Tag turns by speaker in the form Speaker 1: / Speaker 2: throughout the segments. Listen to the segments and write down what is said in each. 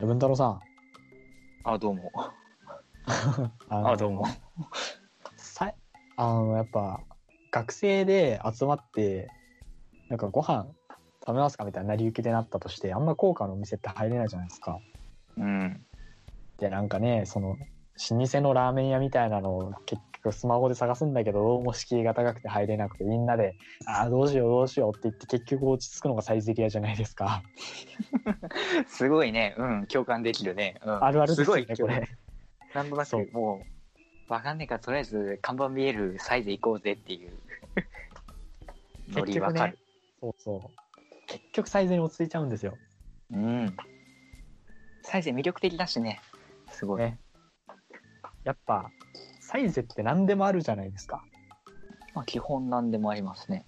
Speaker 1: 文太郎さん。
Speaker 2: あ、どうも。
Speaker 1: あの
Speaker 2: あ、どうも。
Speaker 1: さあの、やっぱ、学生で集まって、なんかご飯食べますかみたいな成り行きでなったとして、あんま高価のお店って入れないじゃないですか。
Speaker 2: うん。
Speaker 1: で、なんかね、その、老舗のラーメン屋みたいなのを結局スマホで探すんだけど、どうも敷居が高くて入れなくて、みんなで、ああ、どうしようどうしようって言って結局落ち着くのがサイゼリアじゃないですか。
Speaker 2: すごいね。うん。共感できるね。うん。
Speaker 1: あるあるです
Speaker 2: す
Speaker 1: よ
Speaker 2: ご
Speaker 1: ね、
Speaker 2: い。
Speaker 1: これ。
Speaker 2: なんとな
Speaker 1: そう
Speaker 2: く、もう、わかんねえから、とりあえず、看板見えるサイズ行こうぜっ ていう。ノリわかる。
Speaker 1: そうそう。結局サイズに落ち着いちゃうんですよ。
Speaker 2: うん。サイズ魅力的だしね。すごい。
Speaker 1: ねやっぱ、サイゼって何でもあるじゃないですか。
Speaker 2: まあ、基本なんでもありますね。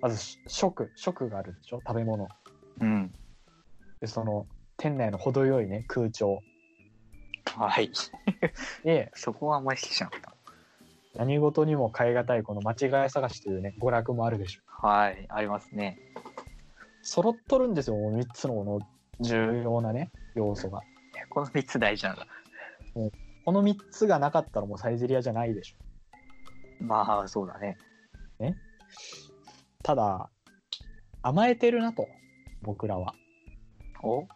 Speaker 1: まずし食、食があるでしょ食べ物。
Speaker 2: うん。
Speaker 1: で、その、店内の程よいね、空調。
Speaker 2: はい。
Speaker 1: で、
Speaker 2: そこはあんまり好きじゃなかった。
Speaker 1: 何事にも変え難いこの間違い探しというね、娯楽もあるでしょ。
Speaker 2: はい。ありますね。
Speaker 1: 揃っとるんですよ、もう3つのこの重要なね、要素が。
Speaker 2: この3つ大事なんだ。
Speaker 1: この3つがなかったらもうサイゼリアじゃないでしょ。
Speaker 2: まあ、そうだね。
Speaker 1: ただ、甘えてるなと、僕らは。
Speaker 2: お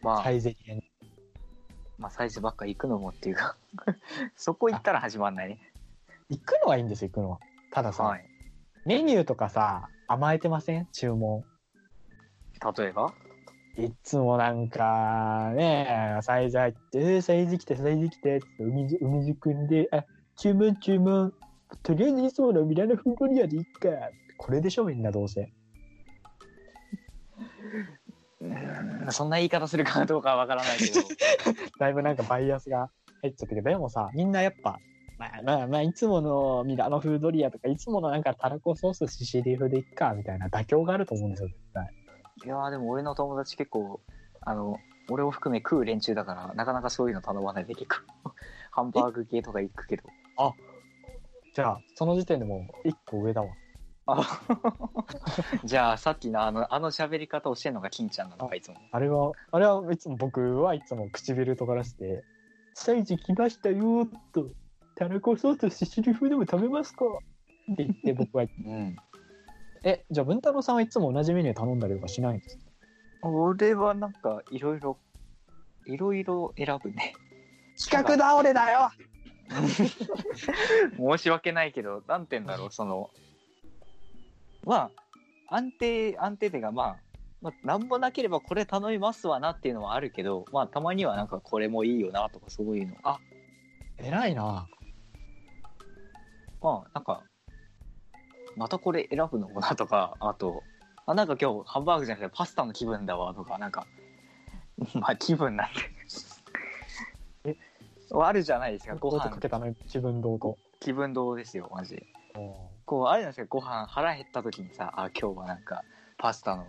Speaker 2: まあ、
Speaker 1: サイゼリアに。
Speaker 2: まあ、サイズばっか行くのもっていうか そこ行ったら始まんないね。
Speaker 1: 行くのはいいんですよ、行くのは。たださ、
Speaker 2: はい。
Speaker 1: メニューとかさ、甘えてません注文。
Speaker 2: 例えば
Speaker 1: いつもなんか、ねえ、サイズ入って、えー、サイズ来て、サイズ来て、って海じ、海じくんで、あ、注文注文、とりあえずいつものミラノフードリアでいっか。これでしょ、みんなどうせ。
Speaker 2: そんな言い方するかどうかはわからないけど。
Speaker 1: だいぶなんかバイアスが入っちゃってるけど、でもさ、みんなやっぱ、まあまあまあ、いつものミラノフードリアとか、いつものなんかタラコソースシシリ風でいっか、みたいな妥協があると思うんですよ、絶対。
Speaker 2: いやーでも俺の友達結構、あの、俺を含め食う連中だから、なかなかそういうの頼まないで結構。 ハンバーグ系とか行くけど。
Speaker 1: じゃあ、その時点でもう一個上だわ。
Speaker 2: あじゃあさっきのあの、あの喋り方をしてんのが金ちゃんなのか、いつも。
Speaker 1: あれは、あれはいつも僕はいつも唇とがらして、サイズ来ましたよーっと、タラコソースシシリ風でも食べますかって言って僕は、
Speaker 2: うん。
Speaker 1: え、じゃあ文太郎さんはいつも同じメニュー頼んだりとかしないんですか
Speaker 2: 俺はなんか、いろいろ、いろいろ選ぶね。
Speaker 1: 企画倒れだよ
Speaker 2: 申し訳ないけど、なんて言うんだろう、その、まあ、安定、安定っていうか、まあ、まあ、なんもなければこれ頼みますわなっていうのはあるけど、まあ、たまにはなんかこれもいいよなとかそういうの。あ、
Speaker 1: 偉いな
Speaker 2: まあ、なんか、またこれ選ぶのかなとか、あと、あ、なんか今日ハンバーグじゃなくてパスタの気分だわとか、なんか、 まあ気分なんで。
Speaker 1: え
Speaker 2: あるじゃないですか、ご
Speaker 1: こうやって
Speaker 2: 飯
Speaker 1: か。けたの自分堂々
Speaker 2: 気分堂ですよ、マジで。
Speaker 1: と。
Speaker 2: こう、あれなんですか、ご飯腹減った時にさ、あ、今日はなんか、パスタの、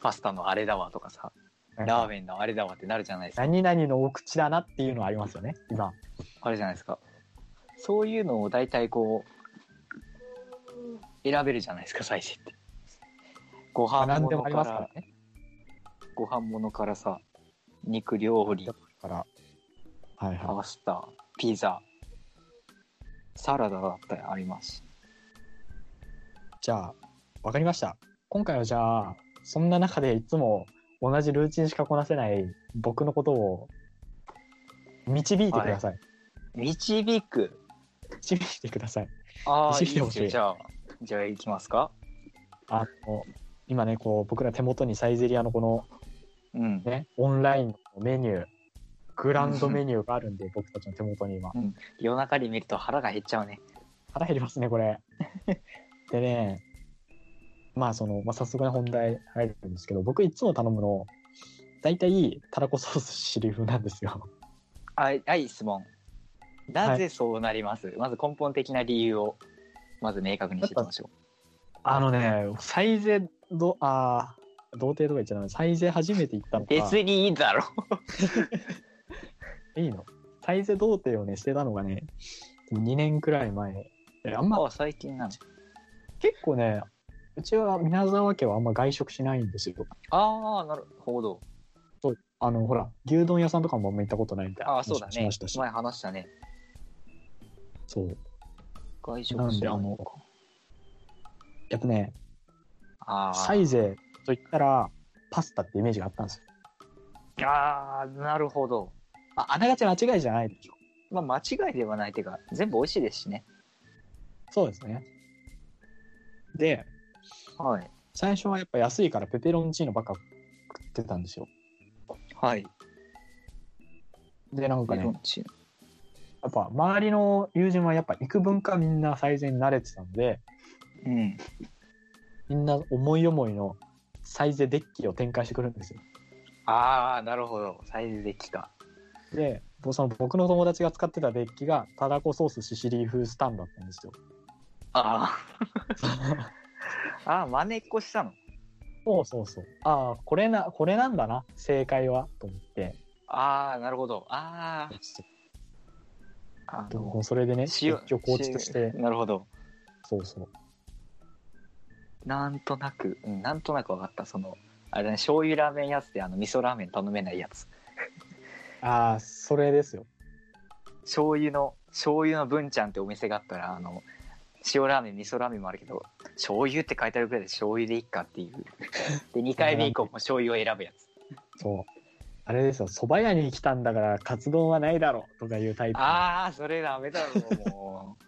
Speaker 2: パスタのあれだわとかさ、ラー
Speaker 1: ン。
Speaker 2: メンのあれだわってなるじゃないですか。
Speaker 1: 何々のお口だなっていうのはありますよね、今。
Speaker 2: あれじゃないですか。そういうのを大体こう、選べるじゃないですか、最初って。ご
Speaker 1: あ
Speaker 2: 飯
Speaker 1: 何でもあ
Speaker 2: 物か
Speaker 1: りますから
Speaker 2: ら、
Speaker 1: ね。
Speaker 2: ご飯物からさ、肉料理
Speaker 1: だ、から。はいは
Speaker 2: パスタ、ピザ、サラダだったりありますし。
Speaker 1: い。じゃあ、わかりました。今回はじゃあ、そんな中でいつも同じルーチンしかこなせない僕のことを導いてください。
Speaker 2: 導く。
Speaker 1: 導いてください。
Speaker 2: ああ、い
Speaker 1: 導い
Speaker 2: い
Speaker 1: て
Speaker 2: で
Speaker 1: ほしい
Speaker 2: すよ。じゃあ、じゃあ行きますか。
Speaker 1: あの、今ね、こう、僕ら手元にサイゼリアのこの
Speaker 2: うん。
Speaker 1: ね、オンラインのメニュー、グランドメニューがあるんで、僕たちの手元に今。
Speaker 2: 夜中に見ると腹が減っちゃうね。
Speaker 1: 腹減りますね、これ。 でね、まあその、まあ、早速ね、本題入るんですけど、僕いつも頼むの、大体、たらこソースシリ風なんですよ。
Speaker 2: はい、はい、質問。なぜそうなります、まず根本的な理由を、まず明確にしていきましょ
Speaker 1: あのね、サイゼ、ど、あー童貞とか言っちゃダメ。サイゼ初めて行ったの
Speaker 2: う。
Speaker 1: が、
Speaker 2: 別にいいだろ
Speaker 1: いいのサイゼ童貞をね、捨てたのがね、2年くらい前。えあん
Speaker 2: う。
Speaker 1: ま、
Speaker 2: あ、最近なの。
Speaker 1: 結構ね、うちは、皆沢家はあんま外食しないんですよ。
Speaker 2: ああ、なるほど。
Speaker 1: あのほら牛丼屋さんとかもあんま行ったことないみたいな
Speaker 2: ああ、そう
Speaker 1: 話
Speaker 2: だ
Speaker 1: もし
Speaker 2: ね
Speaker 1: ました。し、
Speaker 2: 前話したね。
Speaker 1: そう
Speaker 2: 外食
Speaker 1: なん
Speaker 2: し
Speaker 1: で
Speaker 2: ない
Speaker 1: あのやっぱね
Speaker 2: あ
Speaker 1: サイゼと言ったらパスタってイメージがあったんですよ
Speaker 2: ーあー、なるほど。
Speaker 1: まああながち間違いじゃないでしょ
Speaker 2: まあ、間違いではないっていうか、全部美味しいですしね。
Speaker 1: そうですねで
Speaker 2: はい。
Speaker 1: 最初はやっぱ安いからペペロンチーノばっか食ってたんですよ
Speaker 2: はい。
Speaker 1: でなんか
Speaker 2: メロ
Speaker 1: ね
Speaker 2: ンチーノ
Speaker 1: やっぱ周りの友人はやっぱ行く文化みんなサイゼに慣れてたんで
Speaker 2: うん。
Speaker 1: みんな思い思いのサイゼデッキを展開してくるんですよ
Speaker 2: ああ、なるほど。サイズできた。
Speaker 1: でぼその僕の友達が使ってたデッキがタダコソースシシリー風スタンだったん ですよ
Speaker 2: ああ。ああ、真似っこしたの。
Speaker 1: そうそうそうああこれなこれなんだな正解はと思って
Speaker 2: ああ、なるほど。ああ。あ
Speaker 1: もうそれでね
Speaker 2: 塩
Speaker 1: 一挙構築して
Speaker 2: 塩なるほど。
Speaker 1: そうそう
Speaker 2: なんとなく、うん、なんとなく分かった。その、あれだね、醤油ラーメンやつで、あの、味噌ラーメン頼めないやつ。
Speaker 1: ああそれですよ
Speaker 2: 醤油の、醤油の文ちゃんってお店があったら、あの、塩ラーメン、味噌ラーメンもあるけど、醤油って書いてあるくらいで醤油でいっかっていう。で、2回目以降も醤油を選 ぶやつ。
Speaker 1: そうあれですよ蕎麦屋に来たんだからカツ丼はないだろうとかいうタイプの
Speaker 2: ああ、それダメだろ、もう。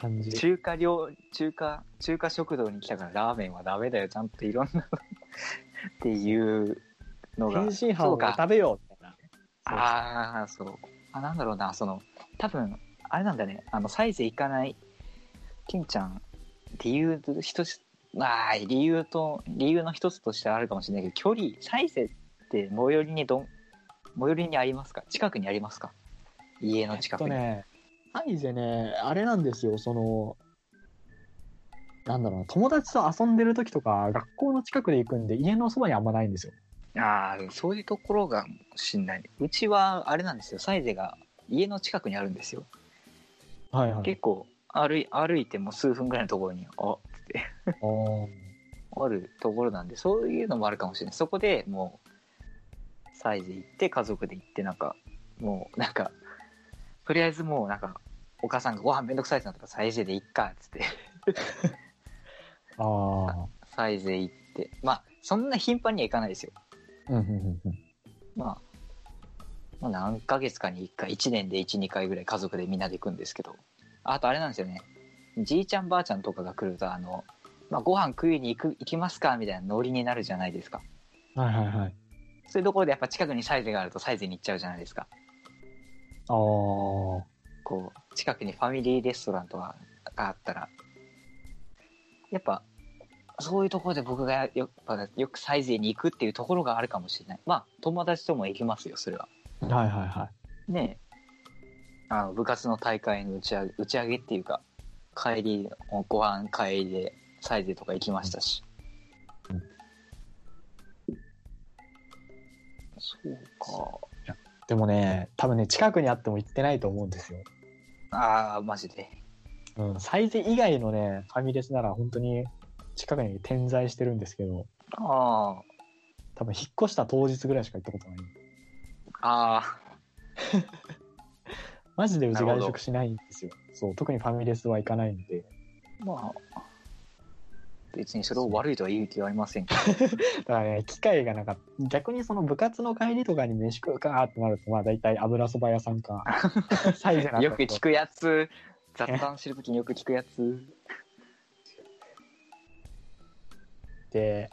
Speaker 1: 感 じ
Speaker 2: 中華料中華中華食堂に来たからラーメンはダメだよちゃんといろんなっていうのが
Speaker 1: 天津飯
Speaker 2: そう
Speaker 1: を
Speaker 2: か
Speaker 1: 食べようみたいなそう
Speaker 2: ああそうあなんだろうなその多分あれなんだねあのサイズいかない金ちゃん理由と一つまあ理由と理由の一つとしてあるかもしれないけど距離サイズって最寄りにどん最寄りにありますか近くにありますか家の近く
Speaker 1: えっ
Speaker 2: に、
Speaker 1: とねサイゼねあれなんですよそのなんだろうな友達と遊んでる時とか学校の近くで行くんで家のそばにあんまないんですよ
Speaker 2: ああ、そういうところがしんない。うちはあれなんですよ、サイゼが家の近くにあるんですよ。
Speaker 1: はいはい
Speaker 2: 結構歩い歩いてもう数分ぐらいのところにあつって
Speaker 1: おー
Speaker 2: あるところなんで、そういうのもあるかもしれない。そこでもう、サイゼ行って、家族で行って、なんか、もう、なんか、とりあえずもう、なんか、お母さんがご飯めんどくさいってなったから、サイゼで行っか、つって、
Speaker 1: あ
Speaker 2: サイゼ行って、まあ、そんな頻繁には行かないですよ。
Speaker 1: ーうんうんうんうん
Speaker 2: まあ、まあ、何ヶ月かに1回、1年で1、2回ぐらい家族でみんなで行くんですけど、あとあれなんですよね、じいちゃんばあちゃんとかが来ると、あの、まあ、ご飯食いに行く行きますかみたいなノリになるじゃないですか。
Speaker 1: はいはいはい
Speaker 2: そういうところでやっぱ近くにサイズがあるとサイズに行っちゃうじゃないですか。
Speaker 1: あー
Speaker 2: こう、近くにファミリーレストランとかがあったら、やっぱ、そういうところで僕がよよくサイズに行くっていうところがあるかもしれない。まあ、友達とも行きますよ、それは。
Speaker 1: はいはいはい
Speaker 2: ねあの部活の大会の打ち上げ打ち上げっていうか帰りのご飯帰りでサイゼとか行きましたし、
Speaker 1: うん
Speaker 2: そう
Speaker 1: でもね多分ね近くにあっても行ってないと思うんですよ
Speaker 2: かああマジで
Speaker 1: うん、サイゼ以外のね、ファミレスなら本当に近くに点在してるんですけど、
Speaker 2: あ
Speaker 1: 多分引っ越した当日ぐらいしか行ったことない。
Speaker 2: ああ
Speaker 1: マジでうち
Speaker 2: なる
Speaker 1: 外
Speaker 2: ほど
Speaker 1: 食しないんですよ。そう、特にファミレスは行かないんで。
Speaker 2: あまあ別にそれを悪いとは言う気はありませんけど
Speaker 1: だからね、機会がなかった。逆にその部活の帰りとかに飯食うかってなると、まあ大体油そば屋さん か、サイゼなんだ
Speaker 2: よく聞くやつ雑談してる時によく聞くやつ
Speaker 1: で、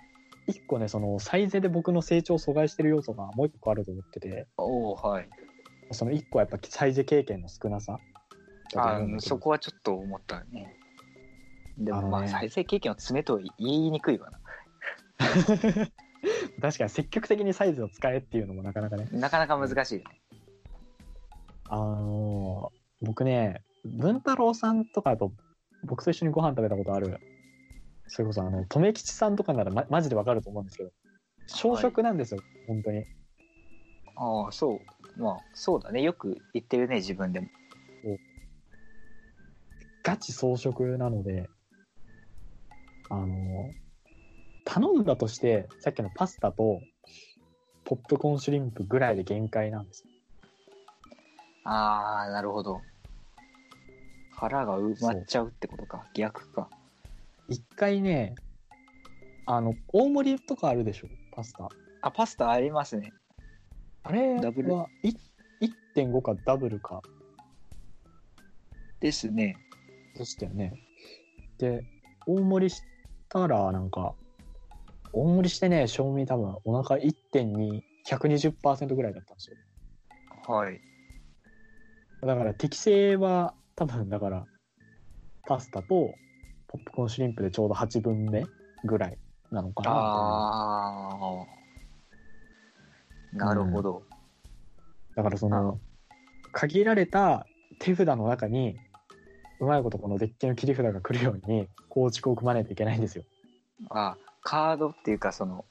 Speaker 1: 一個ね、そのサイゼで僕の成長を阻害してる要素がもう一個あると思ってて、
Speaker 2: おおはい
Speaker 1: その一個はやっぱサイゼ経験の少なさだと
Speaker 2: あ
Speaker 1: 思うんだけど。
Speaker 2: そこはちょっと思ったね。で
Speaker 1: あ
Speaker 2: も
Speaker 1: のね
Speaker 2: まあ再生経験を詰めとは言いにくいわな。
Speaker 1: 確かに積極的にサイズを使えっていうのもなかなかね。
Speaker 2: なかなか難しいよね。
Speaker 1: あのー僕ね、文太郎さんとかと僕と一緒にご飯食べたことある、それこそあの、留吉さんとかならま、マジでわかると思うんですけど、小食なんですよ、本当に。
Speaker 2: ああそうまあそうだねよく言ってるね自分でも。
Speaker 1: ガチ草食なので、あのー頼んだとして、さっきのパスタと、ポップコーンシュリンプぐらいで限界なんですよ
Speaker 2: ああ、なるほど。腹が埋まっちゃうってことか。逆か。
Speaker 1: 一回ねあの大盛りとかあるでしょパスタ
Speaker 2: あ、パスタありますね。
Speaker 1: あれは
Speaker 2: ダブル
Speaker 1: い1.5かダブルか
Speaker 2: ですね。
Speaker 1: でしたよねで大盛りしたらなんか大盛りしてね賞味多分お腹1.2120%ぐらいだったんですよ
Speaker 2: はい。
Speaker 1: だから適正は多分だからパスタとポップコーンシュリンプでちょうど8分目ぐらいなのかな
Speaker 2: ああ。なるほど。
Speaker 1: だからそ
Speaker 2: あ
Speaker 1: の限られた手札の中にうまいことこのデッキの切り札が来るように構築を組まないといけないんですよ。
Speaker 2: あカードっていうか、その、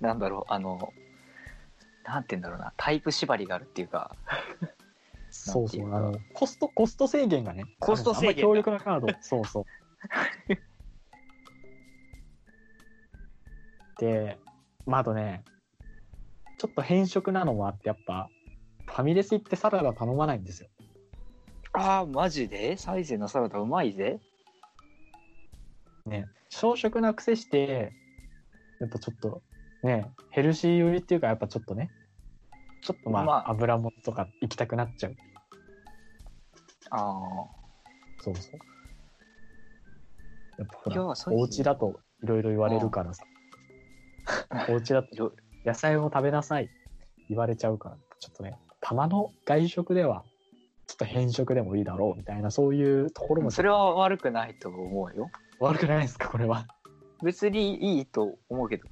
Speaker 2: なんだろう、あの、なんて言うんだろうな、タイプ縛りがあるっていうか、
Speaker 1: そうそう
Speaker 2: なんていうか
Speaker 1: あのコストコスト制限がね
Speaker 2: コスト制限
Speaker 1: あの
Speaker 2: だ
Speaker 1: あんま強力なカードそうそう。 で、まあ、あとねちょっと変色なのもあってやっぱファミレス行ってサラダ頼まないんですよ。
Speaker 2: ああ、マジでサイゼのサラダうまいぜ。
Speaker 1: ね、小食な癖して、やっぱちょっと、ね、ヘルシー寄りっていうか、やっぱちょっとね、ちょっとまあ、
Speaker 2: まあ
Speaker 1: 油もとか行きたくなっちゃう。
Speaker 2: あ
Speaker 1: そうそう。やっぱほ
Speaker 2: あ。
Speaker 1: ら、
Speaker 2: はそういう
Speaker 1: お家だといろいろ言われるからさ。お家だと
Speaker 2: いろ
Speaker 1: 野菜も食べなさい言われちゃうから、ちょっとね、たまの外食では、ちょっと変色でもいいだろうみたいな、そういうところも
Speaker 2: それは悪くないと思うよ。
Speaker 1: 悪くないですか、これは。
Speaker 2: 別にいいと思うけど、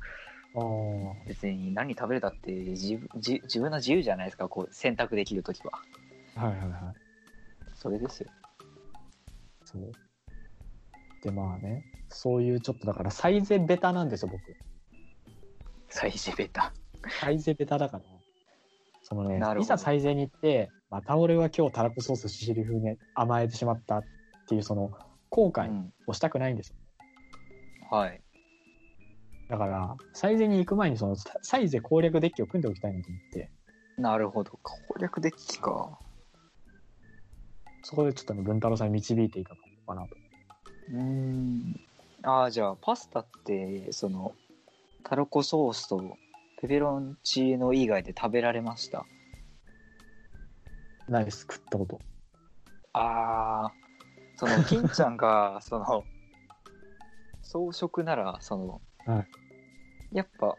Speaker 1: あー
Speaker 2: 別に何食べれたって自分自自分の自由じゃないですか、こう選択できるときは。
Speaker 1: はいはいはい。
Speaker 2: それですよ。
Speaker 1: そう。で、まあね、そういうちょっとだから、サイゼベタなんですよ、僕。
Speaker 2: サイゼベタ。
Speaker 1: サイゼベタだから。そのね
Speaker 2: なる、ほど
Speaker 1: いざサイゼに行って、また俺は今日たらこソースシシリ風に甘えてしまったっていう、その、後
Speaker 2: う
Speaker 1: 悔
Speaker 2: ん。
Speaker 1: をしたくないんですよ。
Speaker 2: はい。
Speaker 1: だから、サイゼに行く前に、その、ササイゼ攻略デッキを組んでおきたいなと思って、
Speaker 2: なるほど。攻略デッキか。
Speaker 1: そこでちょっとね、文太郎さんに導いていただこうかなと。
Speaker 2: うーん。ああ、じゃあ、パスタって、その、タラコソースとペペロンチーノ以外で食べられました。
Speaker 1: ナイス、食ったこと。
Speaker 2: ああ、その、金ちゃんが、その、装飾なら、その、
Speaker 1: は
Speaker 2: やっぱ、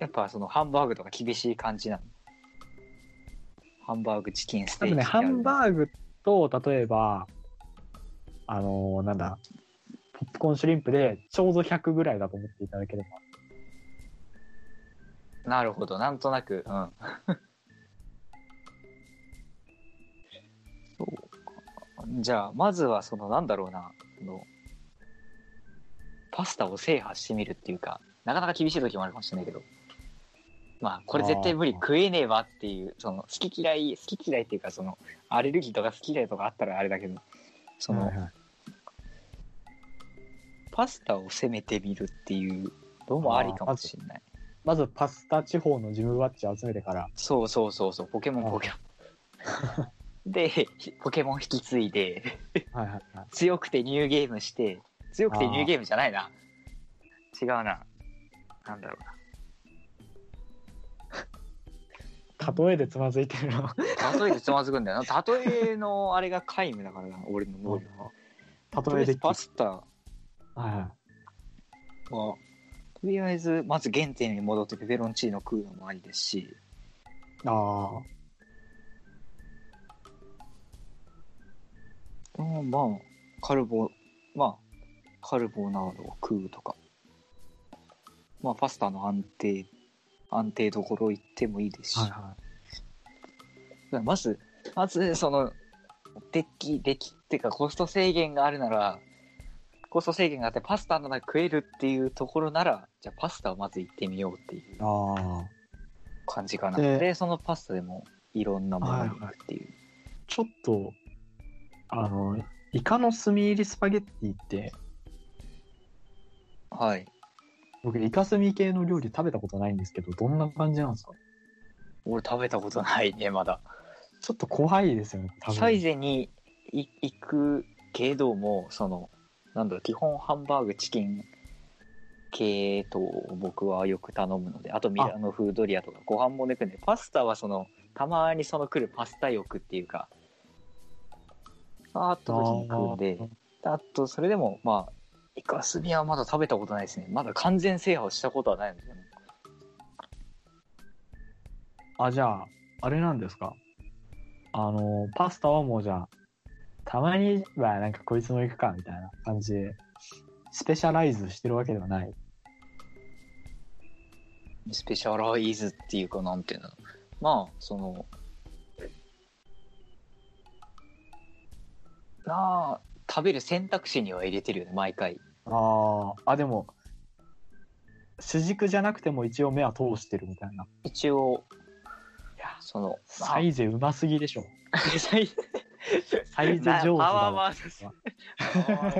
Speaker 2: やっぱそのハンバーグとか厳しい感じなの。ハンバーグチキンス
Speaker 1: 多
Speaker 2: テーキ
Speaker 1: 分ね、ハン
Speaker 2: ー
Speaker 1: バーグと、例えば、あのーなんだ、ポップコーンシュリンプでちょうど100ぐらいだと思っていただければ。
Speaker 2: グ。なるほど、なんとなく。うん。 そうか。じゃあ、まずはその、なんだろうな、その、パスタを制覇してみるっていうか、なかなか厳しい時もあるかもしれないけど、まあ、これ絶対無理
Speaker 1: あー
Speaker 2: 食えねえわっていう、その、好き嫌い、好き嫌いっていうか、その、アレルギーとか好き嫌いとかあったらあれだけど、その、パスタを攻めてみるっていうのもありかもしれない。
Speaker 1: まずパスタ地方のジムバッジ集めてから、
Speaker 2: そうそうそうそう、ポケモ
Speaker 1: あ
Speaker 2: ンポケモン。で、 ひポケモン引き継いで、
Speaker 1: はいはいはい、
Speaker 2: 強くてニューゲームして、強くて
Speaker 1: あー
Speaker 2: ニューゲームじゃないな。違うな。なんだろ
Speaker 1: 例えでつまずいてるの。
Speaker 2: うな。例えでつまずくんだよ な。例えのあれが皆無だからな、俺の能力は。
Speaker 1: 例えで
Speaker 2: パスタは、
Speaker 1: はいはい
Speaker 2: とりあえず、まず原点に戻ってペペロンチーノ食うのもありですし、
Speaker 1: ああ、
Speaker 2: うん、まあ、カルボ、まあ、カルボナードを食うとか、まあ、パスタの安定、安定どころ行ってもいいですし、
Speaker 1: はいは
Speaker 2: まず、まず、その、デッキ、デッキっていうか、コスト制限があるなら、コスト制限があって、パスタの中食えるっていうところなら、じゃあパスタをまず行ってみようっていう
Speaker 1: い。ああ。
Speaker 2: 感じかな。
Speaker 1: で
Speaker 2: で、そのパスタでも、いろんなものに行くっていう。
Speaker 1: ちょっと、あの、イカの炭入りスパゲッティって、
Speaker 2: はい。
Speaker 1: 僕、イカスミ系の料理食べたことないんですけど、どんな感じなんですか
Speaker 2: 俺食べたことないねまだ
Speaker 1: ちょっと怖いですよね、多分。
Speaker 2: サイゼにい行くけどもそのなんだろう基本ハンバーグチキン系と僕はよく頼むのであとミラノフードリアとかご飯も抜くんでパスタはそのたまにその来るパスタ欲っていうかあーっと時に食うんであとそれでもまあイカスミはまだ食べたことないですねまだ完全制覇をしたことはないんですよね
Speaker 1: あーあ、じゃあ、あれなんですかあの、パスタはもうじゃあ、たまにはなんかこいつも行くか、みたいな感じで、スペシャライズしてるわけではない。
Speaker 2: スペシャライズっていうか、なんていうの。まあ、その、なあ、食べる選択肢には入れてるよね、毎回。
Speaker 1: ああ、あ、でも、主軸じゃなくても一応目は通してるみたいな。
Speaker 2: 一応、
Speaker 1: いや
Speaker 2: その、まあ
Speaker 1: サイゼうますぎでしょ。
Speaker 2: サイズ、
Speaker 1: サイズ上手だわ
Speaker 2: まあまあまあまあまあ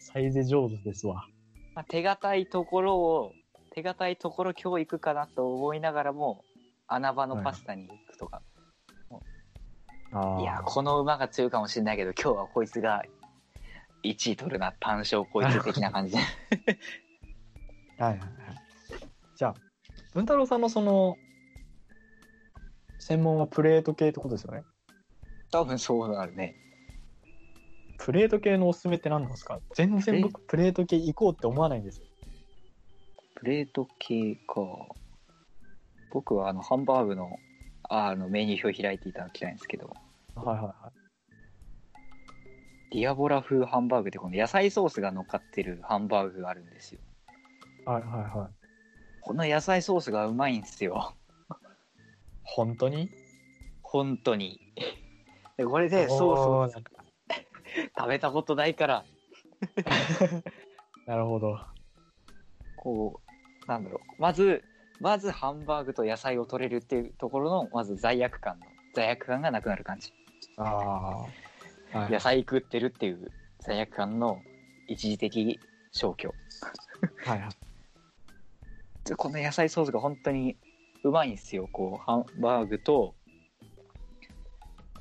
Speaker 1: サイゼ上手ですわ。
Speaker 2: まあ手堅いところを、手堅いところ今日行くかなと思いながらも、穴場のパスタに行くとか。
Speaker 1: あー
Speaker 2: いや、この馬が強いかもしれないけど、今日はこいつが1位取るな、単勝こいつ的な 感じで。
Speaker 1: はいはいはい。じゃあ、文太郎さんのその、専門はプレート系ってことですよね。
Speaker 2: 多分そうなるね。
Speaker 1: プレート系のおすすめって何なんですか全然僕プレート系行こうって思わないんですよ。
Speaker 2: プレート系か。僕はあの、ハンバーグの、ああの、メニュー表開いていただきたいんですけど、
Speaker 1: はいはいはい。
Speaker 2: ディアボラ風ハンバーグってこの野菜ソースが乗っかってるハンバーグがあるんですよ。
Speaker 1: はいはいはい。
Speaker 2: この野菜ソースがうまいんですよ。
Speaker 1: 本当に
Speaker 2: 本当に。でこれでソー
Speaker 1: お
Speaker 2: ス
Speaker 1: ー
Speaker 2: を食べたことないから、
Speaker 1: なるほど。
Speaker 2: こう、なんだろう。まず、まずハンバーグと野菜を取れるっていうところの、まず罪悪感の、罪悪感がなくなる感じ。
Speaker 1: ああ。はい
Speaker 2: 野菜食ってるっていう罪悪感の一時的消去。
Speaker 1: はいはい。
Speaker 2: でこの野菜ソースが本当にうまいんですよ。こう、ハンバーグと、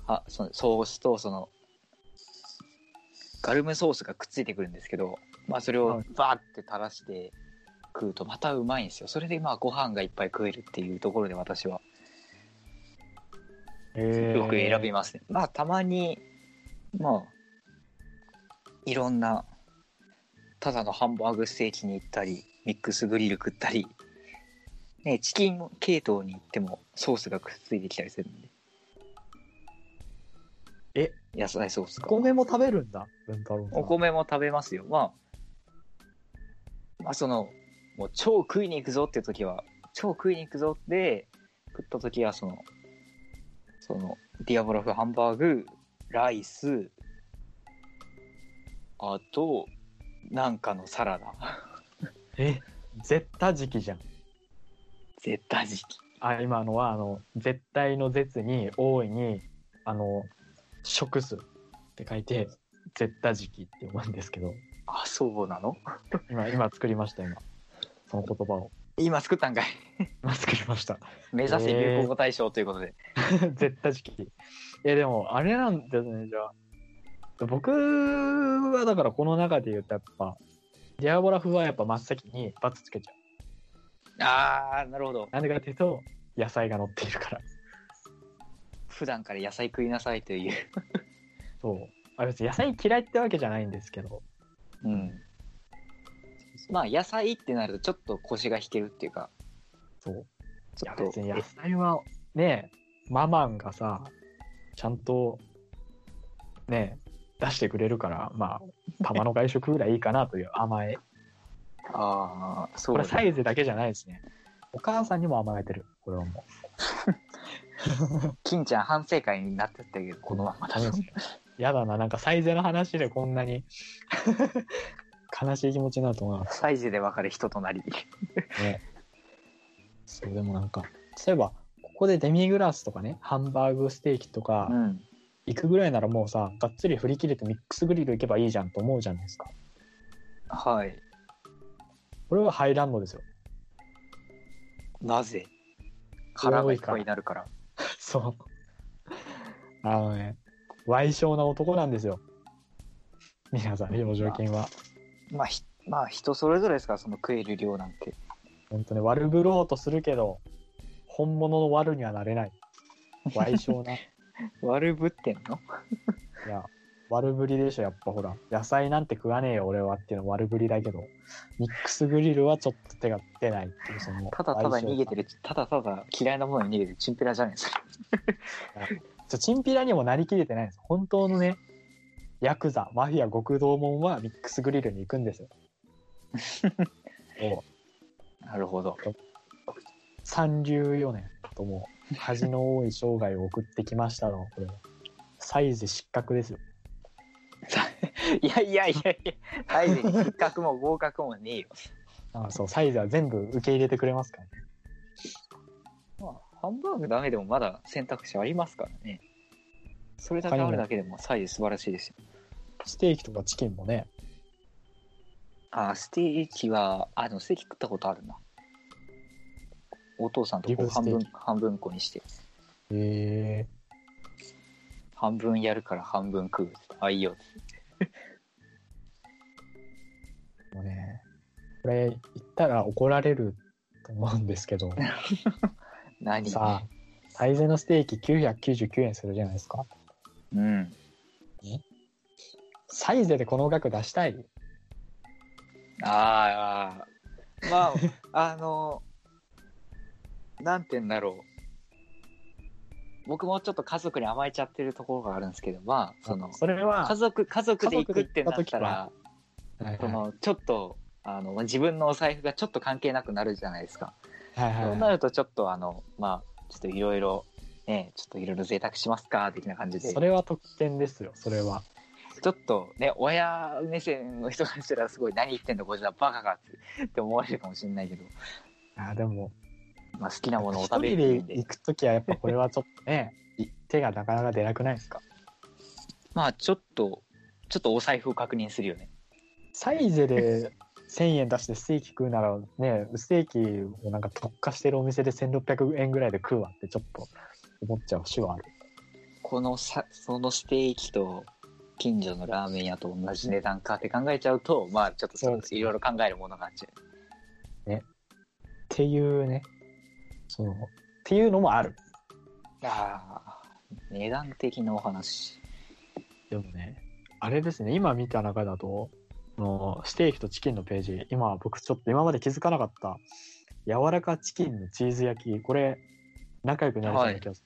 Speaker 2: あ、そのソースと、その、ガルムソースがくっついてくるんですけど、まあそれ
Speaker 1: は
Speaker 2: を
Speaker 1: い
Speaker 2: バーって垂らして食うとまたうまいんですよ。それでまあご飯がいっぱい食えるっていうところで私は
Speaker 1: え
Speaker 2: よく選びますね。まあたまにまあいろんなただのハンバーグステーキに行ったりミックスグリル食ったり、ね、チキン系統に行ってもソースがくっついてきたりするんで
Speaker 1: え
Speaker 2: 野菜ソース
Speaker 1: お
Speaker 2: か
Speaker 1: 米も食べるんだ、文太郎さん。
Speaker 2: お米も食べますよまあまあそのもう超食いに行くぞって時は超食いに行くぞで食った時はそのそのディアボラフハンバーグライスあとなんかのサラダ
Speaker 1: え、絶対時期じゃん。
Speaker 2: 絶対時期
Speaker 1: あ、今のは、あの、絶対の絶に、大いに、あの、食すって書いて、絶対時期って思うんですけど、
Speaker 2: あそうなの
Speaker 1: 今、今作りました、今。その言葉を。
Speaker 2: 今作ったんかい
Speaker 1: 今作りました。
Speaker 2: 目指せ流行語大賞ということで、
Speaker 1: 絶対時期。え、でも、あれなんですね、じゃあ。僕は、だから、この中で言うと、やっぱ、ディアボラ風はやっぱ真っ先にバツつけちゃう。
Speaker 2: ああなるほど
Speaker 1: なんでかっていうと、野菜が乗っているから。
Speaker 2: 普段から野菜食いなさいという、
Speaker 1: そう。あ別に野菜嫌いってわけじゃないんですけど。
Speaker 2: うん、まあ野菜ってなるとちょっと腰が引けるっていうか
Speaker 1: そう。い
Speaker 2: ちょ
Speaker 1: や
Speaker 2: っと
Speaker 1: 別に野菜はねママンがさちゃんとね出してくれるから まあたまの外食ぐらいいいかなという甘え
Speaker 2: ああそ
Speaker 1: こ
Speaker 2: う
Speaker 1: れサ
Speaker 2: だ、
Speaker 1: イズだけじゃないですねお母さんにも甘えてるこれはも
Speaker 2: 金ちゃん反省会になってったけどこのまま
Speaker 1: うダメですねやだななんかサイズの話でこんなに 悲しい気持ちになると思わなかっ
Speaker 2: サイズで分かる人となり
Speaker 1: たねそうでもなんか例えばここでデミグラスとかねハンバーグステーキとか、
Speaker 2: うん
Speaker 1: 行くぐらいならもうさがっつり振り切れてミックスグリル行けばいいじゃんと思うじゃないですか
Speaker 2: はい
Speaker 1: これは入らんのですよ。
Speaker 2: なぜ殻がいっぱいになるから。
Speaker 1: そう。あのね、矮小な男なんですよ。皆さん、表情筋は。
Speaker 2: まあ、ひまあ、人それぞれですから、その食える量なんて。
Speaker 1: 本当に悪ぶろうとするけど、本物の悪にはなれない。矮小 な。い
Speaker 2: 悪ぶってんの
Speaker 1: や、悪ぶりでしょ、やっぱほら。野菜なんて食わねえよ、俺はっていうの悪ぶりだけど、ミックスグリルはちょっと手が出ないっていう、その。
Speaker 2: ただただ逃げてる、ただただ嫌いなものに逃げてるチンピラじゃないですか。
Speaker 1: ちょチンピラにもなりきれてないんです本当のねヤクザマフィア極道門はミックスグリルに行くんですよもう
Speaker 2: なるほど。
Speaker 1: 三流よねともう恥の多い生涯を送ってきましたのこれはサイズ失格ですよ
Speaker 2: いやいやいやいや、大事に 失格も合格もねえよ。
Speaker 1: あそうサイズは全部受け入れてくれますから、ね、
Speaker 2: まあ、ハンバーグダメでもまだ選択肢ありますからね。それだけあるだけでもサイズ素晴らしいですよ。
Speaker 1: ステーキとかチキンもね
Speaker 2: あ、ステーキは、あ、でもステーキ食ったことあるな。お父さんとこう
Speaker 1: リブステー
Speaker 2: 半
Speaker 1: キ
Speaker 2: 分、半分こにして、
Speaker 1: へえ
Speaker 2: 半分やるから半分食うって言って。あ、いいよ。
Speaker 1: もうねこれ言ったら怒られると思うんですけど
Speaker 2: 何
Speaker 1: さあサイズのステーキ999円するじゃないですか
Speaker 2: うん。
Speaker 1: サイゼでこの額出したい
Speaker 2: あーあー。まあ、 あの、なんて言うんだろう。僕もちょっと家族に甘えちゃってるところがあるんですけど、まあ、その、
Speaker 1: それは
Speaker 2: 家族、家族で行くってなったら、
Speaker 1: はい
Speaker 2: そのちょっとあの自分のお財布がちょっと関係なくなるじゃないですか、
Speaker 1: はいはい
Speaker 2: そうなるとちょっとあのまあちょっといろいろねちょっといろいろ贅沢しますか的な感じで
Speaker 1: それは特権ですよそれは
Speaker 2: ちょっとね親目線の人からしたらすごい何言ってんのこいつはバカかってって思われるかもしれないけど、
Speaker 1: あでも
Speaker 2: まあ、好きなものを
Speaker 1: 一
Speaker 2: 食べ
Speaker 1: 人
Speaker 2: る
Speaker 1: で
Speaker 2: っていうんで
Speaker 1: 行く時はやっぱこ れはちょっとねい手がなかなか出なくないですか
Speaker 2: まあちょっとちょっとお財布を確認するよね
Speaker 1: サイゼで1000円出してステーキ食うならねステーキをなんか特化してるお店で1600円ぐらいで食うわってちょっと思っちゃう節はある
Speaker 2: このさそのステーキと近所のラーメン屋と同じ値段かって考えちゃうとまあちょっとそういろいろ考えるものがあっちゃう
Speaker 1: っていうねそのっていうのもある
Speaker 2: ああ、値段的なお話。
Speaker 1: でもね、あれですね、今見た中だと、あのステーキとチキンのページ、今僕ちょっと今まで気づかなかった、柔らかチキンのチーズ焼き、これ、仲良くなりそうな気がす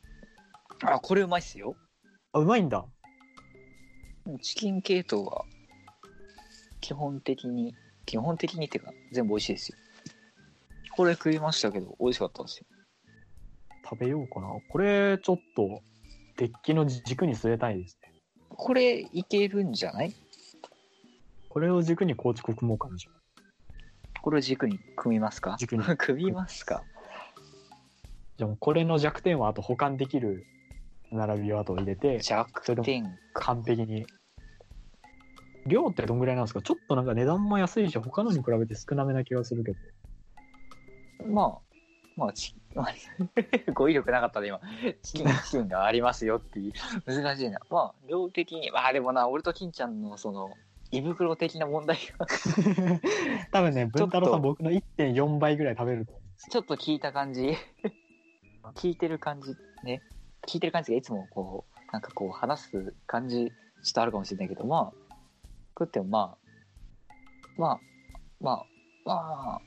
Speaker 1: る。
Speaker 2: あ、これうまいっすよ。
Speaker 1: あ、うまいんだ。
Speaker 2: チキン系統は、基本的に、基本的にっていうか、全部美味しいですよ。これ食いましたけど、美味しかったんですよ。
Speaker 1: 食べようかな。これ、ちょっと、デッキの軸に据えたいですね。
Speaker 2: これ、いけるんじゃない
Speaker 1: これを軸に構築組もうかな。じゃあ
Speaker 2: これを軸に組みますか
Speaker 1: 軸 に
Speaker 2: 組みますか
Speaker 1: じゃあもうこれの弱点はあと保管できる並びをあと入れて、
Speaker 2: 弱点。
Speaker 1: 完璧に。量ってどんぐらいなんですかちょっとなんか値段も安いし、他のに比べて少なめな気がするけど。
Speaker 2: まあ、まあ、チまあ 語彙力なかったで今、チキン、チキンがありますよっていう、難しいな。まあ、量的に、まあでもな、俺と金ちゃんのその、胃袋的な問題が、
Speaker 1: 多分ね、
Speaker 2: ち
Speaker 1: 文
Speaker 2: ょっと
Speaker 1: 太郎さん僕の1.4倍ぐらい食べると思
Speaker 2: ちょっと聞いた 感じ、聞いてる感じ、ね、聞いてる感じがいつもこう、なんかこう話す感じ、ちょっとあるかもしれないけど、まあ、食ってもまあ、まあ、まあ、まあ、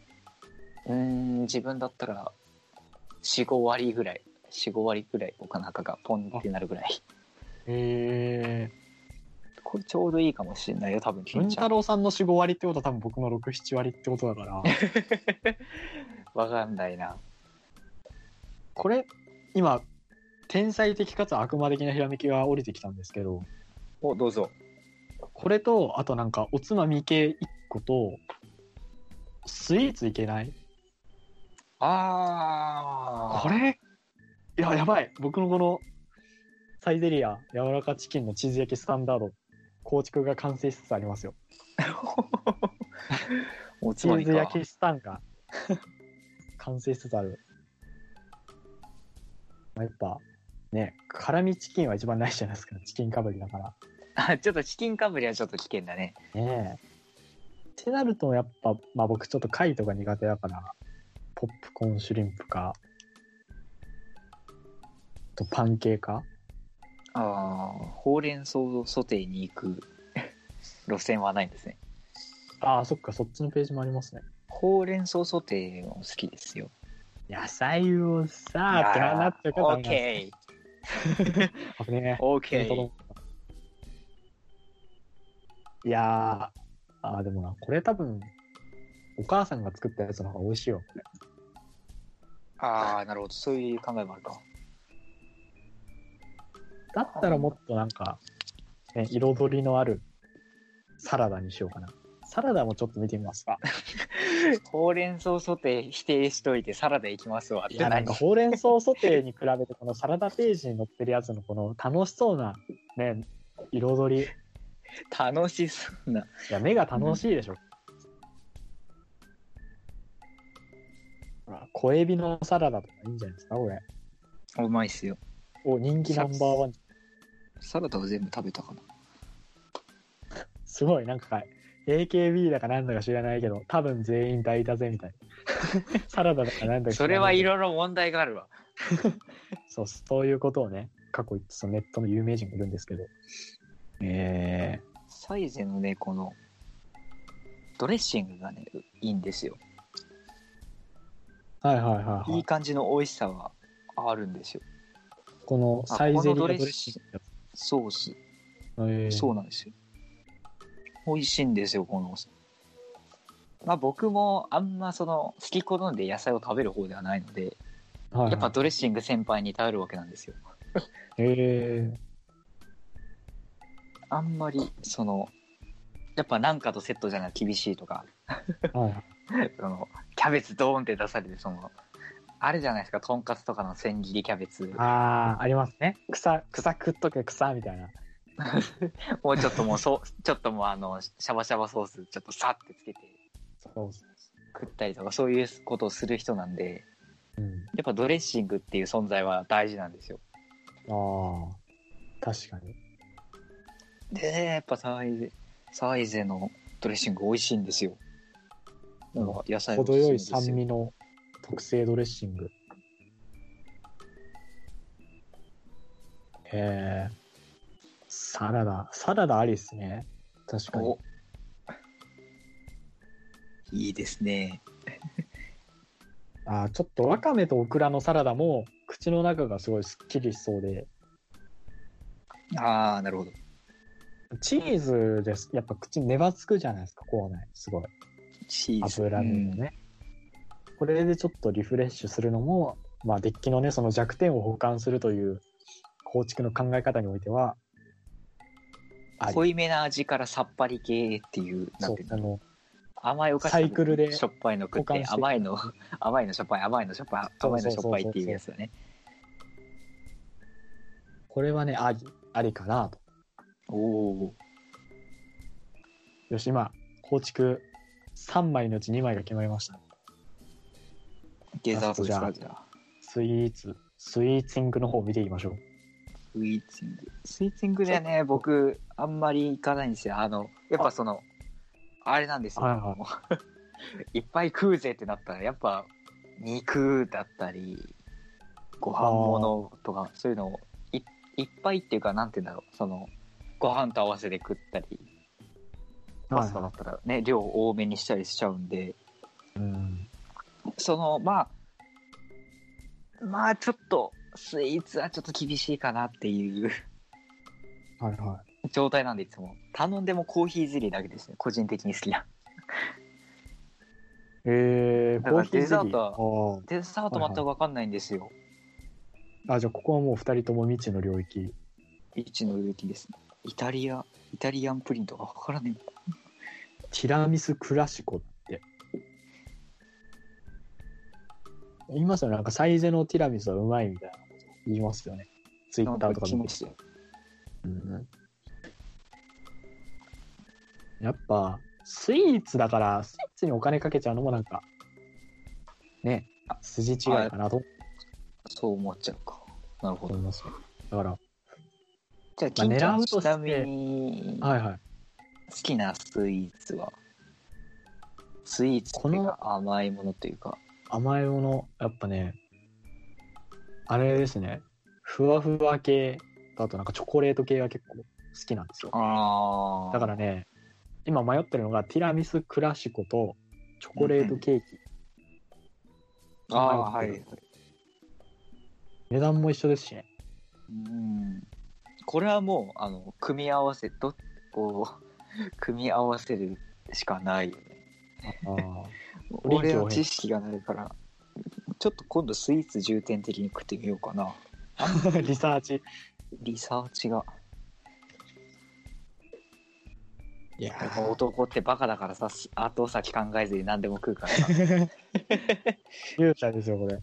Speaker 2: うーん、自分だったら、4、5割ぐらい、4、5割ぐらい、お腹がポンってなるぐらい。
Speaker 1: う。へえ。
Speaker 2: これちょうどいいかもしれないよ、多分、
Speaker 1: 文
Speaker 2: 金ちゃ
Speaker 1: 太
Speaker 2: ん。
Speaker 1: 郎さんの4、5割ってことは多分僕の6、7割ってことだ から、
Speaker 2: わかんないな。
Speaker 1: これ、今、天才的かつ悪魔的なひらめきが降りてきたんですけど、
Speaker 2: お、どうぞ。
Speaker 1: これと、あとなんか、おつまみ系1個と、スイーツいけない
Speaker 2: あー。
Speaker 1: これ、いや、やばい。僕のこの、サイゼリア、柔らかチキンのチーズ焼きスタンダード、構築が完成しつつありますよ。
Speaker 2: おつ
Speaker 1: チ
Speaker 2: ま
Speaker 1: ー
Speaker 2: み
Speaker 1: ズ
Speaker 2: か
Speaker 1: 焼。きスタンが 完成しつつある。まあ、やっぱ、ね、辛味チキンは一番ないじゃないですか。チキンかぶりだから。
Speaker 2: あ ちょっとチキンかぶりはちょっと危険だね。
Speaker 1: ねえ。ってなると、やっぱ、まあ僕ちょっと貝とか苦手だから、ポップコーンシュリンプか、あとパン系か。
Speaker 2: ああ、ほうれん草ソテーに行く 路線はないんですね。
Speaker 1: ああ、そっか、そっちのページもありますね。
Speaker 2: ほうれん草ソテーも好きですよ。
Speaker 1: 野菜をさあってなっちゃうから
Speaker 2: オ
Speaker 1: ダメな
Speaker 2: ッ
Speaker 1: んで
Speaker 2: ケー、
Speaker 1: す危ねえ
Speaker 2: オッケー。
Speaker 1: いやー、あーでもな、これ多分、お母さんが作ったやつの方が美味しいよ。
Speaker 2: ああ、なるほど。そういう考えもあるか。
Speaker 1: だったらもっとなんか、ね、彩りのあるサラダにしようかな。サラダもちょっと見てみますか。
Speaker 2: ほうれん草ソテー否定しといてサラダ行きますわっ
Speaker 1: い
Speaker 2: て
Speaker 1: や、なん
Speaker 2: 何
Speaker 1: かほうれん草ソテーに比べて、このサラダページに載ってるやつのこの楽しそうな、ね、彩り。い
Speaker 2: 楽しそうな。
Speaker 1: や、目が楽しいでしょ。ほら小エビのサラダとかいいんじゃないですか、これ。
Speaker 2: うまいっすよ。
Speaker 1: お、人気ナンバーワン。
Speaker 2: サラダを全部食べたかな。
Speaker 1: すごい、なんか、AKB だかなんだか知らないけど、多分全員大いたぜみたい な。サラダだかなんだか知らないけど
Speaker 2: それはいろいろ問題があるわ。
Speaker 1: そう、そういうことをね、過去言ってそのネットの有名人がいるんですけど。えー、
Speaker 2: サイゼのね、この、ドレッシングがね、いいんですよ。
Speaker 1: はいはいはい、はい
Speaker 2: いい感じの美味しさはあるんですよ。
Speaker 1: このサイゼリアドレッシングの
Speaker 2: ソース、
Speaker 1: やつ。
Speaker 2: そう
Speaker 1: う
Speaker 2: なんですよ。美味しいんですよ、この。まあ僕もあんまその好き好んで野菜を食べる方ではないので、
Speaker 1: はいはい、
Speaker 2: やっぱドレッシング先輩に頼るわけなんですよ。
Speaker 1: え
Speaker 2: あんまりそのやっぱなんかとセットじゃないと厳しいとか
Speaker 1: ー、はいはい。
Speaker 2: そのキャベツドーンって出されてそのあれじゃないですかとんかつとかの千切りキャベツ
Speaker 1: あー、ありますね。草、草食っとけ、草みたいな。
Speaker 2: もうちょっともうそう ちょっともうあのシャバシャバソースちょっとサッてつけて
Speaker 1: そうそう
Speaker 2: 食ったりとかそういうことをする人なんで
Speaker 1: そう。うん。
Speaker 2: やっぱドレッシングっていう存在は大事なんですよ。
Speaker 1: あー、確かに。
Speaker 2: でやっぱサイゼサイゼのドレッシング美味しいんですよ。なんか野菜
Speaker 1: 程よい酸
Speaker 2: 美味しんですよ
Speaker 1: 味の特製ドレッシング。へえ。サラダ、サラダありですね。確かに
Speaker 2: お。いいですね。
Speaker 1: あーちょっとわかめとオクラのサラダも口の中がすごいすっきりしそうで、
Speaker 2: ああ、なるほど。
Speaker 1: チーズです。やっぱ口ねばつくじゃないですか、こうね。すごい。
Speaker 2: チーズ。
Speaker 1: 油で
Speaker 2: うん
Speaker 1: ね。これでちょっとリフレッシュするのも、まあデッキのね、その弱点を補完するという構築の考え方においては、あり
Speaker 2: 濃いめな味からさっぱり系っていう、な
Speaker 1: そ
Speaker 2: ん
Speaker 1: う
Speaker 2: てい、う
Speaker 1: あ
Speaker 2: の
Speaker 1: の、
Speaker 2: 甘いお菓子
Speaker 1: サイクルで
Speaker 2: しょっぱいの食っ
Speaker 1: 交換
Speaker 2: て、
Speaker 1: して
Speaker 2: 甘いの、甘いのしょっぱい、甘いのしょっぱい、
Speaker 1: そう
Speaker 2: 甘
Speaker 1: そう
Speaker 2: い
Speaker 1: そうそう
Speaker 2: のしょっぱいっていうやつだね。
Speaker 1: これはね、あり、ありかなと。
Speaker 2: おお
Speaker 1: よし、今、構築3枚のうち2枚が決まりました。
Speaker 2: ー、デザートです
Speaker 1: あ
Speaker 2: か、じゃあ。
Speaker 1: スイーツ、スイーツイングの方を見ていきましょう。
Speaker 2: スイーツイング。スイーツイングでね、僕、あんまり行かないんですよ。あの、やっぱその、あれなんですよ。
Speaker 1: はいはい
Speaker 2: もう いっぱい食うぜってなったら、やっぱ、肉だったり、ご飯物とか、そういうのをい、いっぱいっていうか、なんて言うんだろう、その、ご飯と合わせて食ったり、パスタだったらね、量多めにしたりしちゃうんで、
Speaker 1: うん。
Speaker 2: その、まあ、まあ、ちょっと、スイーツはちょっと厳しいかなっていう。
Speaker 1: はいは。
Speaker 2: 状態なんでいつも頼んでもコーヒーゼリーだけですね個人的に好きない
Speaker 1: えー、
Speaker 2: だか
Speaker 1: コー
Speaker 2: ら
Speaker 1: ヒーゼリ
Speaker 2: デザー
Speaker 1: ー。あ
Speaker 2: デザート全く分かんないんですよ、
Speaker 1: ーあ、じゃあここはもう2人とも未知の領域。
Speaker 2: 一の植木ですねイタリアイタリアンプリントが分からねえ
Speaker 1: ティラミスクラシコって。言いますよね。なんかサイゼのティラミスはうまいみたいなこと言いますよね。ツイ
Speaker 2: な
Speaker 1: ッ
Speaker 2: ん
Speaker 1: タ
Speaker 2: か
Speaker 1: ーとか
Speaker 2: 気
Speaker 1: 見
Speaker 2: 持
Speaker 1: て
Speaker 2: ちいい
Speaker 1: やっぱスイーツだからスイーつにお金かけちゃうのもなんか、ね、筋違いかなと
Speaker 2: そう思っちゃうか。なるほ
Speaker 1: 思
Speaker 2: ど
Speaker 1: い。ますね。だから、
Speaker 2: じゃあ、
Speaker 1: まあ
Speaker 2: 金ちゃん
Speaker 1: 狙うとして
Speaker 2: ちなみに、好
Speaker 1: はいはい。
Speaker 2: きなスイーツはスイーツっていうか甘いものというか。
Speaker 1: 甘いもの、やっぱね、あれですね、ふわふわ系だとなんかチョコレート系が結構好きなんですよ。
Speaker 2: ああ。
Speaker 1: だからね、今迷ってるのがティラミスクラシコとチョコレートケーキ。
Speaker 2: ああ、はい。
Speaker 1: 値段も一緒ですしね。
Speaker 2: うん。これはもう、あの、組み合わせ、ど、こう、組み合わせるしかないよね。
Speaker 1: あ臨機応変
Speaker 2: 俺は知識がないから、ちょっと今度スイーツ重点的に食ってみようかな。
Speaker 1: ー リサーチ。
Speaker 2: リサーチが。
Speaker 1: いや
Speaker 2: やっぱ男ってバカだからさ、後先考えずに何でも食う からさ。
Speaker 1: 勇者ですよ、これ。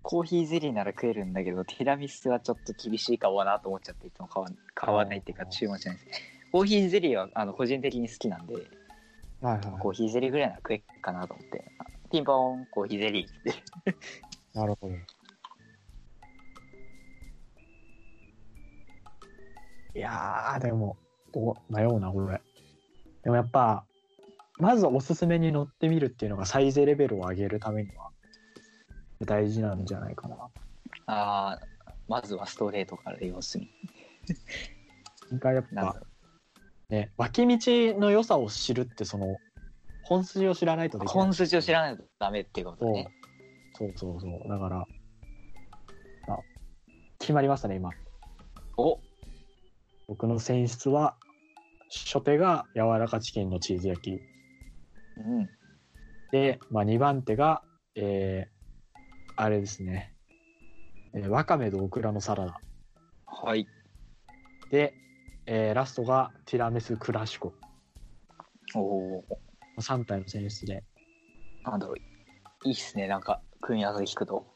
Speaker 2: コーヒーゼリーなら食えるんだけど、ティラミスはちょっと厳しいかもなと思っちゃって、いつも買わ買わないっていうか、
Speaker 1: あー
Speaker 2: 注文しないです。コーヒーゼリーはあの個人的に好きなんで、
Speaker 1: はい
Speaker 2: コーヒーゼリーぐらいなら食えっかなと思って、あピンポーン、コーヒーゼリー って。
Speaker 1: い。なるほど。いやー、でも、お迷うな、これ。でもやっぱ、まずおすすめに乗ってみるっていうのがサイズレベルを上げるためには大事なんじゃないかな。
Speaker 2: ああ、まずはストレートから様子見。
Speaker 1: 一回やっ
Speaker 2: なんだ
Speaker 1: ぱ
Speaker 2: ろう
Speaker 1: ね、脇道の良さを知るってその本筋を知らないとできない。
Speaker 2: 本筋を知らないとダメっていうことね。
Speaker 1: そうそうそう。だから、あ、決まりましたね、今。
Speaker 2: お
Speaker 1: 僕の選出は、初手が柔らかチキンのチーズ焼き。
Speaker 2: うん。
Speaker 1: で、まあ、2番手が、えー、あれですね。えーわかめとオクラのサラダ。
Speaker 2: はい。
Speaker 1: で、えーラストがティラミスクラシコ。
Speaker 2: おおー。
Speaker 1: 3体の選出で。
Speaker 2: なんだろう。いいっすね、なんか、組み合わせ聞くと。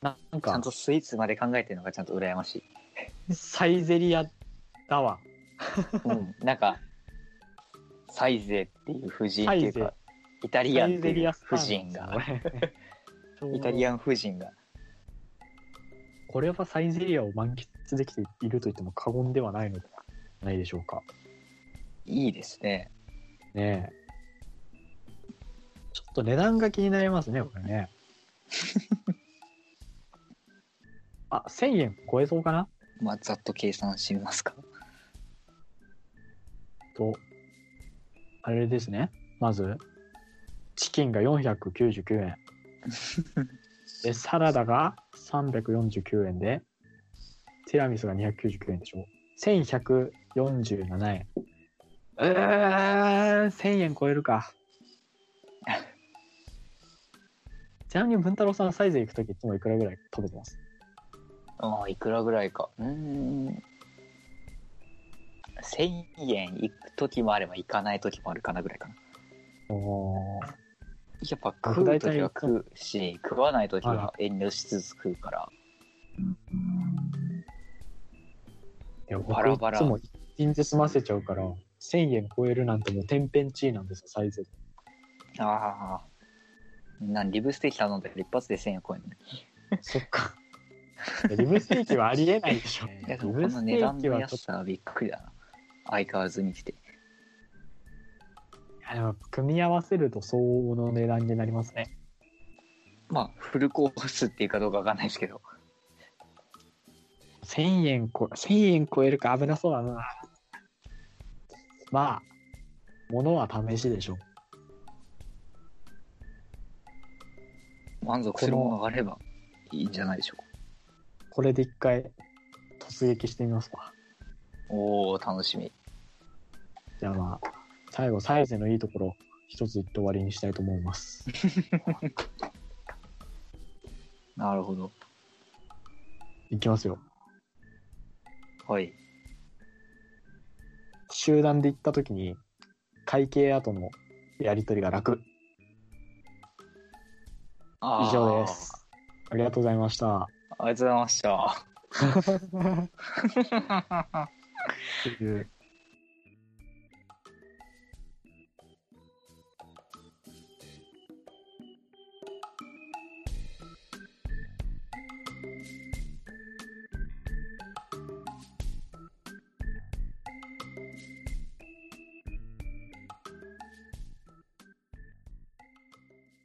Speaker 1: ななん
Speaker 2: ちゃ
Speaker 1: か
Speaker 2: ん、とスイーツまで考えてるのがちゃんと羨ま しい。
Speaker 1: サイゼリアだわ。
Speaker 2: うん、なんか、サイゼっていう婦人っていう
Speaker 1: サイゼ
Speaker 2: か、イタリアンっていう婦人が、
Speaker 1: サイゼリアスターですね。俺
Speaker 2: イタリアン婦人が、
Speaker 1: これはサイゼリアを満喫できていると言っても過言ではないのではないでしょうか。
Speaker 2: いいですね。
Speaker 1: ねえ。ちょっと値段が気になりますね、これね。あ、1000円超えそうかな
Speaker 2: まあ、ざっと計算してみますか。
Speaker 1: と、あれですね。まず、チキンが499円。 で、サラダが349円で、ティラミスが299円でしょ。1147円。うーん、1000円超えるか。 ちなみに文太郎さんサイズ行くときいつもいくらぐらい食べてます
Speaker 2: ああ、いくらぐらいか。うーん。1000円行く時もあれば行かない時もあるかなぐらいかな。
Speaker 1: お
Speaker 2: やっぱ食う時は食うし、食わない時
Speaker 1: はいは
Speaker 2: は遠慮しつつ食うから、
Speaker 1: いや
Speaker 2: バラバラ
Speaker 1: 僕いつも一日済ませちゃうから1000円超えるなんてもう天変地異なんですよサイズ
Speaker 2: ああ。みんなリブステーキ頼んで一発で1000円超えるの
Speaker 1: そっかいやリブステーキはありえないで しょ
Speaker 2: いやで
Speaker 1: リ
Speaker 2: もこ
Speaker 1: ブ
Speaker 2: の
Speaker 1: ス
Speaker 2: 値
Speaker 1: テー
Speaker 2: 段
Speaker 1: キ
Speaker 2: の
Speaker 1: はちょ
Speaker 2: 安
Speaker 1: っ
Speaker 2: さはびっくりだな。相変わらずに来て。
Speaker 1: といやでも組み合わせると相応の値段になりますね
Speaker 2: まあ、フルコースっていうかどうかわかんないですけど。
Speaker 1: 1000円超1000円超えるか危なそうだなまあものは試しでしょ
Speaker 2: 満足するものがあればいいんじゃないでしょう
Speaker 1: これで一回突撃してみますか
Speaker 2: か。おお楽しみ。
Speaker 1: じゃあまあ最後サイズのいいところ一つ言って終わりにしたいと思います
Speaker 2: なるほど。
Speaker 1: いきますよ
Speaker 2: はい。
Speaker 1: 集団で行った時に会計後のやり取りが楽
Speaker 2: あー
Speaker 1: 以上です。ありがとうございました
Speaker 2: ありがとうございました。
Speaker 1: っていう